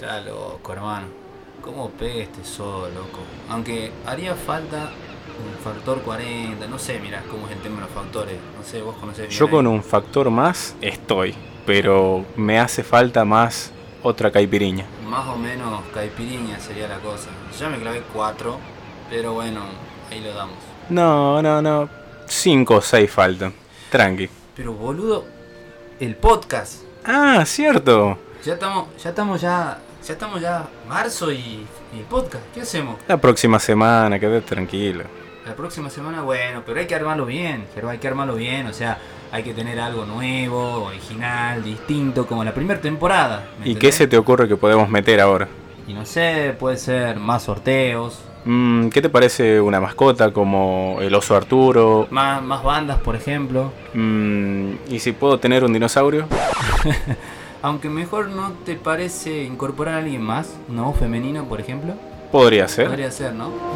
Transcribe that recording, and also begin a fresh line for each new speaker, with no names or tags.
Está loco, hermano. ¿Cómo pega este sol, loco? Aunque haría falta un factor 40, no sé, mirá cómo es el tema de los factores. No sé, vos conocés bien
Yo
ahí.
con un factor más estoy, pero me hace falta más otra caipiriña.
Más o menos caipiriña sería la cosa. Ya me clavé 4, pero bueno, ahí lo damos.
No, no, no. Cinco o seis faltan. Tranqui.
Pero boludo, el podcast.
Ah, cierto.
Ya estamos, ya estamos ya, ya estamos ya marzo y, y el podcast. ¿Qué hacemos?
La próxima semana, quedé tranquilo.
La próxima semana, bueno, pero hay que armarlo bien, pero hay que armarlo bien, o sea, hay que tener algo nuevo, original, distinto, como la primera temporada. ¿me
¿Y qué se
entendés?
te ocurre que podemos meter ahora?
Y no sé, puede ser más sorteos,
Mm, ¿Qué te parece una mascota como el oso Arturo?
más, más bandas, por ejemplo.
Mm, ¿Y si puedo tener un dinosaurio?
Aunque mejor no te parece incorporar a alguien más, una voz femenina, por ejemplo.
Podría ser.
Podría ser, ¿no?